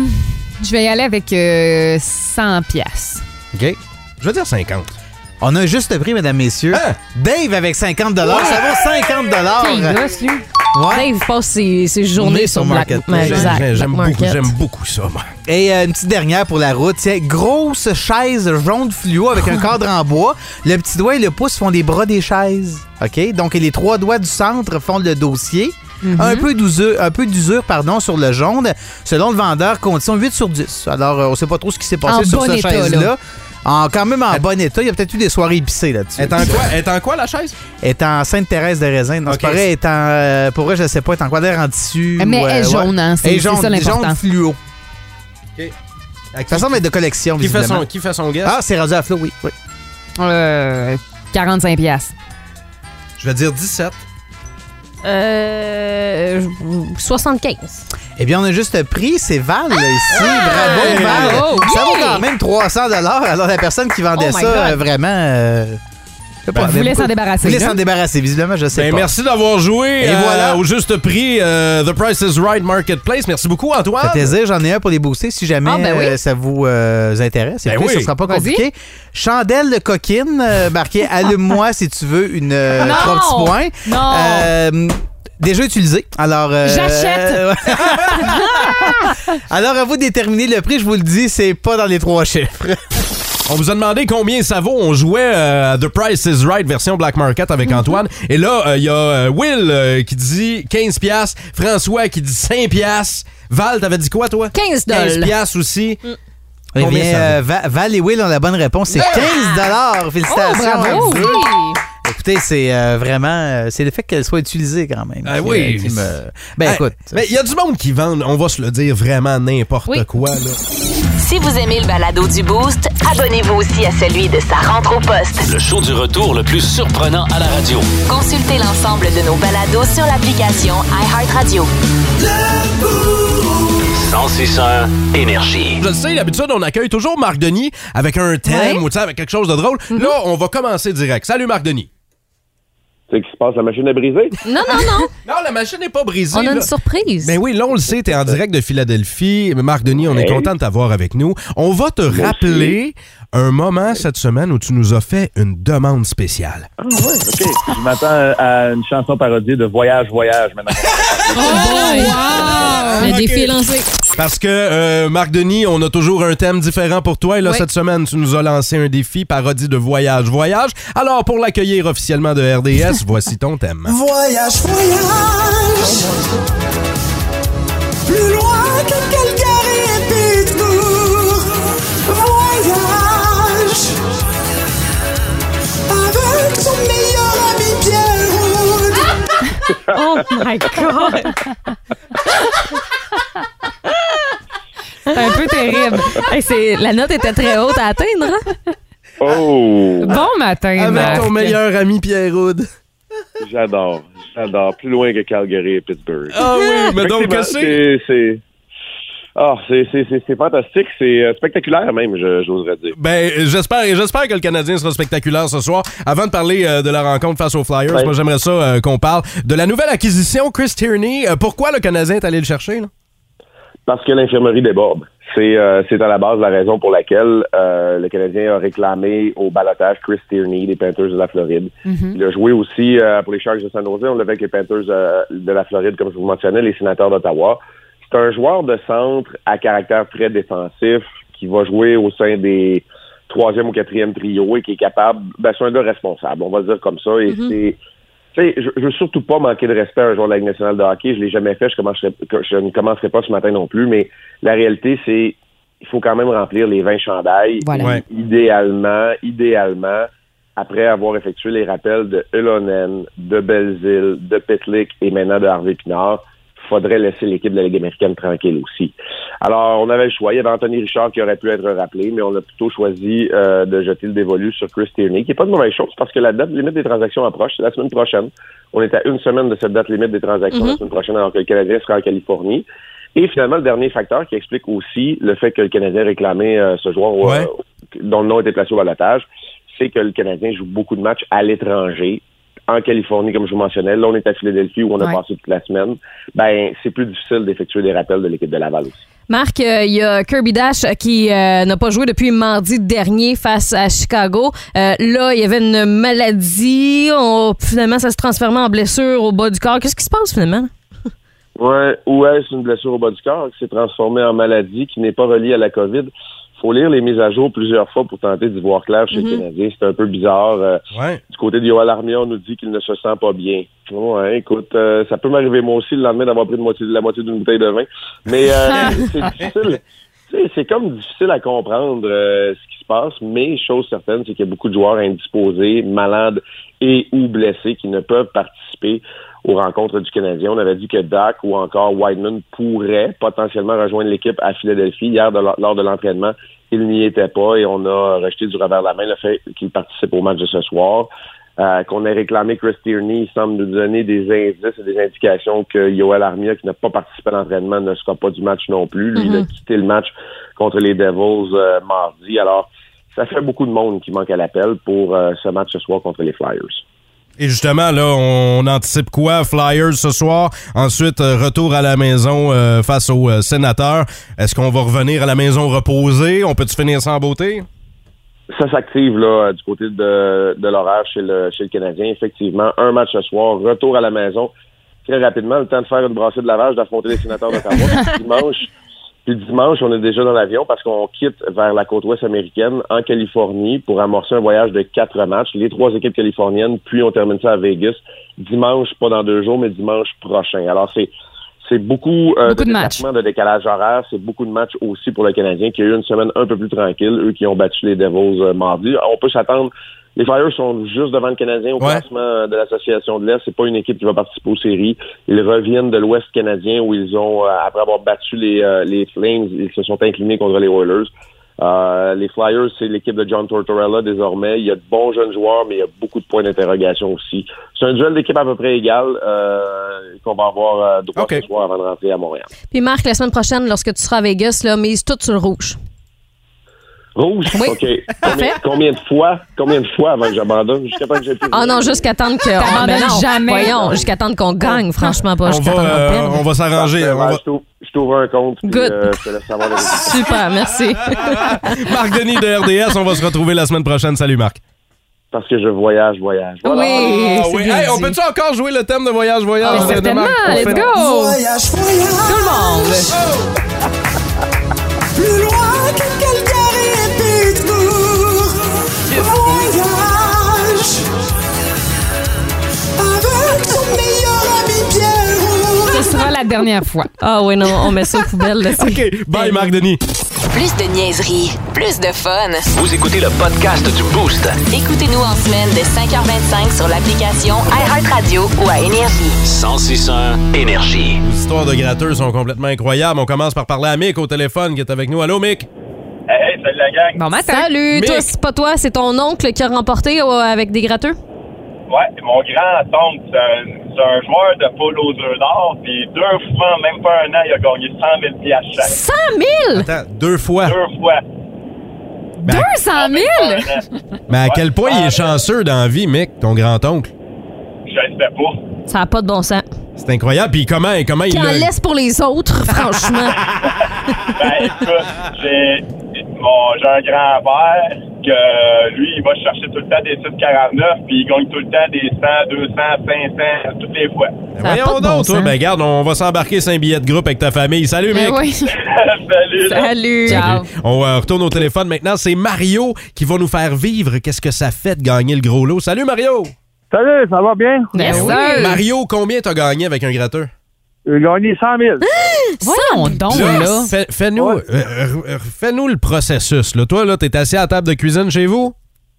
S5: je vais y aller avec euh, 100 piastres.
S11: OK.
S4: Je veux dire 50.
S11: On a un juste prix, mesdames, messieurs.
S4: Hein?
S11: Dave avec 50 ça vaut 50
S5: Quel gosse, lui.
S11: Ouais.
S6: Dave passe ses, ses journées sur,
S11: sur
S6: Black
S11: Market.
S6: Ouais,
S11: J'ai-
S6: exact,
S4: J'aime-
S6: Black
S4: J'aime beaucoup,
S6: Market.
S4: j'aime beaucoup ça, moi.
S11: Et euh, une petite dernière pour la route. Tiens, grosse chaise jaune fluo avec un cadre en bois. Le petit doigt et le pouce font des bras des chaises. OK? Donc, et les trois doigts du centre font le dossier.
S5: Mm-hmm.
S11: Un peu d'usure, un peu d'usure, pardon, sur le jaune. Selon le vendeur, condition 8 sur 10. Alors, euh, on sait pas trop ce qui s'est passé
S5: En
S11: sur
S5: bon
S11: cette
S5: état,
S11: chaise-là. En, quand même en bon état. Il y a peut-être eu des soirées épicées là-dessus.
S4: Est en quoi, est en quoi la chaise?
S11: Est en Sainte-Thérèse de Raisin. Non, c'est
S4: OK.
S11: pas vrai. Est en, euh, pour vrai, je sais pas. Est en quoi d'air en tissu.
S5: Mais
S11: ou, euh,
S5: elle est
S11: ouais.
S5: jaune, hein,
S11: Elle
S5: c'est
S11: est
S5: c'est
S11: jaune,
S5: ça l'important.
S11: jaune fluo. Ça semble être de collection,
S4: Qui fait, son,
S11: visiblement.
S4: qui fait son guess?
S11: Ah, c'est rendu à flot, oui. oui.
S5: Euh, 45 piastres.
S4: Je vais dire 17.
S6: Euh, 75.
S11: Eh bien, on a juste pris, c'est Val là, ici.
S5: Ah,
S6: Hey!
S11: Bravo,
S4: ben,
S11: Val.
S6: Bravo.
S11: Ça vaut
S6: Yeah!
S11: quand même 300 Alors, la personne qui vendait
S6: Oh my
S11: ça,
S6: God.
S11: euh, vraiment. euh, je sais
S5: Ben,
S11: mais
S5: voulait
S11: beaucoup-
S5: s'en débarrasser,
S11: Voulait
S5: là.
S11: s'en débarrasser, visiblement, je sais
S4: Ben,
S11: pas.
S4: merci d'avoir joué
S11: Et
S4: euh,
S11: voilà.
S4: au juste prix euh, The Price is Right Marketplace. Merci beaucoup, Antoine. Ben
S11: Ça fait plaisir, j'en ai un pour les booster si jamais
S5: Ah, ben oui.
S11: euh, ça vous euh, intéresse.
S4: Ben
S11: Écoutez,
S4: oui.
S11: ça sera pas
S5: Vas-y.
S11: compliqué. Chandelle de coquine, euh, marquée Allume-moi si tu veux une euh,
S5: Non.
S11: trois petits points.
S5: Non.
S11: Euh, déjà utilisé. Alors euh,
S5: J'achète.
S11: Alors à vous de déterminer le prix, je vous le dis, c'est pas dans les trois chiffres.
S4: On vous a demandé combien ça vaut. On jouait euh, à The Price is Right version Black Market avec
S11: Mm-hmm.
S4: Antoine. Et là, euh, il y a euh, Will euh, qui dit 15 piastres, François qui dit 5 piastres. Val, t'avais dit quoi, toi?
S6: 15
S4: 15
S6: dollars.
S4: piastres aussi.
S11: Eh
S4: Combien
S11: bien,
S4: ça vaut?
S11: euh, Va- Val et Will ont la bonne réponse, c'est 15 dollars. Félicitations.
S5: Ah! Oh, bravo,
S11: à vous. Écoutez, c'est euh, vraiment euh, c'est le fait qu'elle soit utilisée quand même.
S4: Ah
S11: qui,
S4: oui.
S11: euh, qui me- Ben
S4: Hey,
S11: écoute.
S4: Mais il y a du monde qui vend, on va se le dire, vraiment n'importe
S5: Oui.
S4: quoi. Là.
S1: Si vous aimez le balado du Boost, abonnez-vous aussi à celui de sa rentre au poste.
S2: Le show du retour le plus surprenant à la radio.
S1: Consultez l'ensemble de nos balados sur l'application iHeartRadio.
S2: 1061 Énergie.
S4: Je le sais, d'habitude, on accueille toujours Marc Denis avec un thème ou tu sais, avec quelque chose de drôle.
S6: Mhm.
S4: Là, on va commencer direct. Salut, Marc Denis.
S13: Tu sais qui se passe, la machine est brisée.
S6: Non, non, non.
S4: Non, la machine n'est pas brisée.
S6: On a
S4: là.
S6: une surprise.
S4: Ben oui, là, on le sait, t'es en direct de Philadelphie. Marc Denis, on est
S13: Hey.
S4: content de t'avoir avec nous. On va te rappeler un moment cette semaine où tu nous as fait une demande spéciale.
S13: Ah ouais, OK. Je m'attends euh, à une chanson parodie de Voyage, Voyage maintenant.
S4: Ben,
S6: Le défi est lancé.
S4: Parce que, euh, Marc Denis, on a toujours un thème différent pour toi. Et là,
S6: Oui.
S4: cette semaine, tu nous as lancé un défi parodie de Voyage, Voyage. Alors, pour l'accueillir officiellement de RDS, voici ton thème.
S14: Voyage, voyage, plus loin que Calgary et Pittsburgh. Voyage, avec ton meilleur ami Pierre Wood.
S6: Oh my God.
S5: C'est un peu terrible. Hey, c'est- la note était très haute à atteindre. hein?
S13: Oh!
S5: Bon matin,
S4: Avec
S5: Marc.
S4: ton meilleur ami Pierre Houd.
S13: J'adore. J'adore. Plus loin que Calgary et Pittsburgh.
S4: Ah oui, mais donc,
S13: Effectivement,
S4: qu'est-ce que c'est?
S13: c'est? Ah, c'est- c'est c'est- c'est fantastique. C'est euh, spectaculaire même, je- j'oserais dire.
S4: Ben, euh, j'espère et j'espère que le Canadien sera spectaculaire ce soir. Avant de parler euh, de la rencontre face aux Flyers,
S13: Ouais.
S4: moi j'aimerais ça euh, qu'on parle de la nouvelle acquisition Chris Tierney. Euh, pourquoi le Canadien est allé le chercher là?
S13: Parce que l'infirmerie déborde. C'est euh, c'est à la base la raison pour laquelle euh, le Canadien a réclamé au balotage Chris Tierney des Panthers de la Floride. Il a joué aussi euh, pour les Sharks de San Jose. On l'avait avec les Panthers euh, de la Floride, comme je vous mentionnais, les sénateurs d'Ottawa. C'est un joueur de centre à caractère très défensif qui va jouer au sein des troisième ou quatrième trio et qui est capable... Ben, c'est un gars responsable, on va le dire comme ça. Et c'est... Tu sais, je, je veux surtout pas manquer de respect à un joueur de la Ligue nationale de hockey. Je l'ai jamais fait. Je, commencerai- que- je ne commencerai pas ce matin non plus. Mais la réalité, c'est il faut quand même remplir les 20 chandails.
S5: Voilà.
S4: Ouais.
S13: Idéalement, idéalement, après avoir effectué les rappels de Elonen, de Belzile, de Petlik et maintenant de Harvey Pinard, faudrait laisser l'équipe de la Ligue américaine tranquille aussi. Alors, on avait le choix. Il y avait Anthony Richard qui aurait pu être rappelé, mais on a plutôt choisi euh, de jeter le dévolu sur Chris Tierney, qui n'est pas de mauvaise chose parce que la date limite des transactions approche, c'est la semaine prochaine. On est à une semaine de cette date limite des transactions la semaine prochaine, alors que le Canadien sera en Californie. Et finalement, le dernier facteur qui explique aussi le fait que le Canadien réclamait euh, ce joueur au-
S4: Ouais.
S13: euh, dont le nom était placé au balotage, c'est que le Canadien joue beaucoup de matchs à l'étranger. En Californie, comme je vous mentionnais, là, on est à Philadelphie où on a
S5: Ouais.
S13: passé toute la semaine. Ben, c'est plus difficile d'effectuer des rappels de l'équipe de Laval aussi.
S6: Marc, euh, il y a Kirby Dash qui euh, n'a pas joué depuis mardi dernier face à Chicago. Euh, là, il y avait une maladie. On- finalement, ça se transformait en blessure au bas du corps. Qu'est-ce qui se passe finalement?
S13: Ouais, ou est-ce une blessure au bas du corps qui s'est transformée en maladie qui n'est pas reliée à la COVID? Faut lire les mises à jour plusieurs fois pour tenter d'y voir clair chez les Canadiens. C'est un peu bizarre. Euh,
S4: Ouais.
S13: Du côté de Yoel Armia, on nous dit qu'il ne se sent pas bien. Ouais, écoute, euh, ça peut m'arriver moi aussi le lendemain d'avoir pris de moitié- la moitié d'une bouteille de vin. Mais euh, c'est difficile. Tu sais, C'est comme difficile à comprendre euh, ce qui se se passe, mais chose certaine, c'est qu'il y a beaucoup de joueurs indisposés, malades et ou blessés qui ne peuvent participer aux rencontres du Canadien. On avait dit que Dak ou encore Wideman pourraient potentiellement rejoindre l'équipe à Philadelphie hier de l- lors de l'entraînement. Il n'y était pas et on a rejeté du revers de la main le fait qu'il participe au match de ce soir. Euh, qu'on ait réclamé Chris Tierney, il semble nous donner des indices et des indications que Yoel Armia, qui n'a pas participé à l'entraînement, ne sera pas du match non plus. Lui, il a quitté le match contre les Devils euh, mardi. Alors, ça fait beaucoup de monde qui manque à l'appel pour euh, ce match ce soir contre les Flyers.
S4: Et justement, là, on anticipe quoi? Flyers ce soir. Ensuite, euh, retour à la maison euh, face aux euh, sénateurs. Est-ce qu'on va revenir à la maison reposée? On peut-tu finir sans beauté?
S13: Ça s'active là du côté de, de l'horaire chez le, chez le Canadien. Effectivement, un match ce soir, retour à la maison. Très rapidement, le temps de faire une brassée de lavage, d'affronter les sénateurs d'Ottawa. Puis dimanche, puis dimanche, on est déjà dans l'avion parce qu'on quitte vers la côte ouest américaine en Californie pour amorcer un voyage de quatre matchs. Les trois équipes californiennes, puis on termine ça à Vegas. Dimanche, pas dans deux jours, mais dimanche prochain. Alors c'est c'est beaucoup, euh,
S5: Beaucoup de matchs.
S13: déplacements, de décalage horaire, c'est beaucoup de matchs aussi pour le Canadien qui a eu une semaine un peu plus tranquille, eux qui ont battu les Devils euh, mardi. On peut s'attendre. Les Flyers sont juste devant le Canadien au classement euh, de l'Association de l'Est. C'est pas une équipe qui va participer aux séries. Ils reviennent de l'Ouest canadien où ils ont, euh, après avoir battu les, euh, les Flames, ils se sont inclinés contre les Oilers. Euh, les Flyers, c'est l'équipe de John Tortorella désormais. Il y a de bons jeunes joueurs, mais il y a beaucoup de points d'interrogation aussi. C'est un duel d'équipe à peu près égal euh, qu'on va avoir euh, droit ce soir avant de rentrer à Montréal.
S6: Puis Marc, la semaine prochaine, lorsque tu seras à Vegas, là, mise tout sur le rouge.
S13: Rouge, ok. Combien, combien de fois, combien de fois avant que j'abandonne jusqu'à temps que j'ai plus.
S6: Ah non, jusqu'à attendre que. Ah, ben non,
S5: jamais.
S6: Voyons, jusqu'à attendre qu'on gagne, franchement, pas
S4: On
S6: jusqu'à
S4: va,
S6: attendre qu'on
S4: euh,
S6: perde.
S4: on va s'arranger.
S13: Parfait,
S4: on va-
S13: je t'ouvre- Je t'ouvre un compte. puis,
S6: Good.
S13: euh, je te laisse savoir les résultats.
S6: Super, merci.
S4: Marc Denis de RDS, on va se retrouver la semaine prochaine. Salut Marc.
S13: Parce que je voyage, voyage.
S6: Oui,
S4: Ah
S6: c'est
S4: oui.
S6: bien
S4: Hey, on
S6: dit.
S4: peut-tu encore jouer le thème de voyage, voyage?
S5: Ah,
S4: euh, de
S5: certainement,
S4: Marc? On
S5: let's
S4: fait-
S5: go!
S14: Voyage, voyage.
S6: Tout le monde.
S14: Plus loin que Calgary et Pittsburgh. Voyage. Avec ton meilleur ami Pierre.
S5: Ce sera la dernière fois.
S6: Ah oui, non, on met ça aux poubelles. Là, c'est-
S4: OK, bye Marc Denis.
S1: Plus de niaiserie, plus de fun.
S2: Vous écoutez le podcast du Boost.
S1: Écoutez-nous en semaine de 5h25 sur l'application iHeartRadio ou à Énergie.
S2: 1061 Énergie.
S4: Les histoires de gratteurs sont complètement incroyables. On commence par parler à Mick au téléphone qui est avec nous. Allô Mick?
S9: Hey, salut la gang.
S5: Bon matin.
S6: Salut,
S4: Mick.
S6: toi, c'est pas toi, c'est ton oncle qui a remporté euh, avec des gratteux?
S9: Ouais, mon grand oncle, c'est un, c'est un joueur de poule aux œufs d'or, puis deux fois, même pas un an, il a gagné 100 000 piastres chaque.
S6: 100 000!
S4: Attends, deux fois.
S9: Deux fois.
S5: 200 000?
S4: Mais à quel point il est chanceux dans la vie, Mick, ton grand-oncle?
S9: Je le sais pas.
S6: Ça n'a pas de bon sens.
S4: C'est incroyable. Puis comment, comment il
S6: Qui en
S4: le-
S6: laisse pour les autres, franchement.
S9: Ben, écoute, j'ai mon- j'ai un grand-père que lui, il va chercher tout le temps des 6,49 puis il gagne tout le temps des 100, 200, 500, toutes les fois.
S6: Ça a pas
S4: Voyons
S6: de bon
S4: donc, toi.
S6: sens.
S4: Ben, regarde, on va s'embarquer sur un billet de groupe avec ta famille. Salut, Mick.
S5: Ben oui.
S9: Salut! là.
S6: Salut. Ciao.
S4: On euh, retourne au téléphone maintenant. C'est Mario qui va nous faire vivre qu'est-ce que ça fait de gagner le gros lot. Salut, Mario. Ben
S9: Salut, ça va bien?
S5: Yes, sir.
S4: Mario, combien t'as gagné avec un gratteur?
S9: J'ai gagné 100 000.
S5: Voyons
S6: Oh,
S5: donc, là.
S4: Fais- Fais-nous
S9: Ouais.
S4: euh, euh, fais-nous le processus. Là. Toi, là, t'es assis à la table de cuisine chez vous?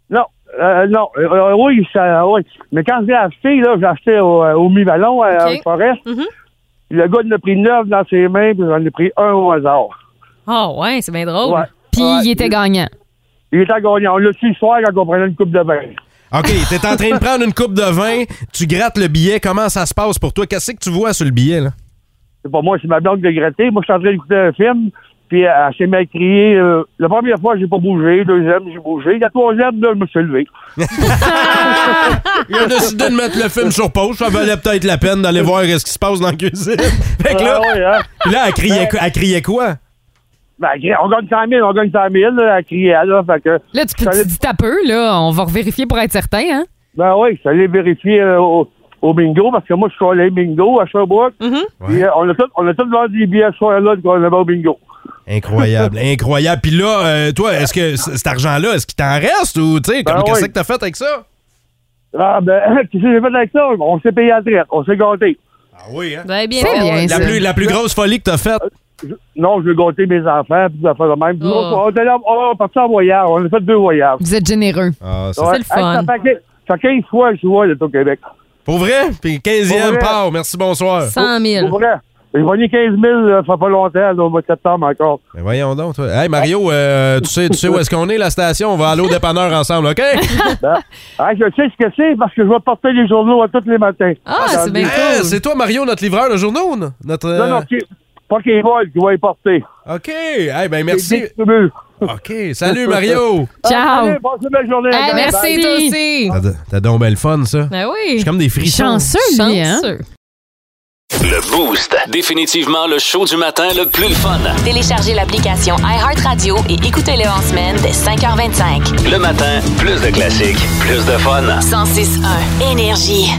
S9: Non, euh, non, Euh, euh, oui, ça, oui. Mais quand je l'ai acheté, là, je l'ai acheté au, euh, au mi-ballon, à
S6: Ok.
S9: la forêt.
S6: Mhm.
S9: Le gars, il en a pris neuf dans ses mains, puis j'en ai pris un au hasard.
S6: Ah ouais, c'est bien drôle.
S9: Ouais.
S5: Puis il était gagnant.
S9: Il était gagnant. On l'a su le soir quand on prenait une coupe de vin.
S4: OK, t'es en train de prendre une coupe de vin, tu grattes le billet. Comment ça se passe pour toi? Qu'est-ce que tu vois sur le billet? Là?
S9: C'est pas moi, c'est ma blonde de gratter. Moi, je suis en train d'écouter un film, puis elle, elle s'est m'a crié. euh, la première fois, j'ai pas bougé. Deuxième, j'ai bougé. La troisième, là, je me suis levé.
S4: Il a décidé de mettre le film sur pause. Ça valait peut-être la peine d'aller voir ce qui se passe dans la cuisine. Fait que là,
S9: Ah ouais, hein?
S4: puis là elle, criait, quoi- elle criait quoi?
S9: Ben, elle crie, on gagne 100 000, on gagne 100 000, là, elle criait, là, fait que...
S5: Là, tu peux te dire un peu, là. On va vérifier pour être certain, hein?
S9: Ben oui, je suis allé vérifier euh, au, au bingo, parce que moi, je suis allé bingo à Sherbrooke,
S4: Mm-hmm.
S9: puis euh, on a tout, on a tout vendu les billets ce soir-là qu'on avait au bingo.
S4: Incroyable, incroyable. Puis là, euh, toi, est-ce que c- cet argent-là, est-ce qu'il t'en reste ou, tu sais, comme
S9: Ben
S4: qu'est-ce
S9: oui.
S4: que t'as fait avec ça?
S9: Ah, ben, qu'est-ce que j'ai fait avec ça? On s'est payé à la traite, on s'est gâté.
S4: Ah oui, hein?
S6: Vous avez bien
S5: Ben, C'est
S6: fait.
S5: bien,
S4: La
S5: ça.
S4: plus, la plus grosse folie que t'as faite.
S9: je- non, je veux gâter mes enfants, puis des affaires de même. Puis
S5: Oh.
S9: on, est allé en- on est parti en voyage. On a fait deux voyages.
S5: Vous êtes généreux.
S4: Ah,
S5: ça, c'est le fun.
S9: ça, fait, que- ça fait 15 fois que je vois au Québec.
S4: Pour vrai? Puis 15e,
S9: Pour vrai.
S4: part. Merci, bonsoir.
S14: 100 000.
S9: Pour vrai. J'ai gagné 15 000, euh, ça fait pas longtemps, là, au mois de septembre encore.
S4: Ben voyons donc, toi. Hey, Mario, euh, tu, sais, tu sais où est-ce qu'on est, la station? On va aller au dépanneur ensemble, OK?
S9: Ben, ah, je sais ce que c'est parce que je vais porter les journaux à tous les matins. Dans le-
S4: Hey, C'est toi, Mario, notre livreur de journaux? n- Notre, euh,
S9: Non, non, qui- pas qu'ils volent, qu'ils vont les porter.
S4: OK. Hey, ben merci. OK. Salut, Mario.
S9: Ah, allez, bonne belle journée.
S14: Hey,
S9: Bye.
S14: merci,
S9: Bye.
S14: toi aussi.
S4: T'as de- T'as donc belle fun, ça.
S14: Ben oui.
S4: J'ai comme des frissons.
S14: Chanceux, lui, hein?
S2: Le Boost. Définitivement le show du matin le plus le fun.
S1: Téléchargez l'application iHeartRadio et écoutez-le en semaine dès 5h25.
S2: Le matin, plus de classiques, plus de fun.
S1: 106.1 Énergie.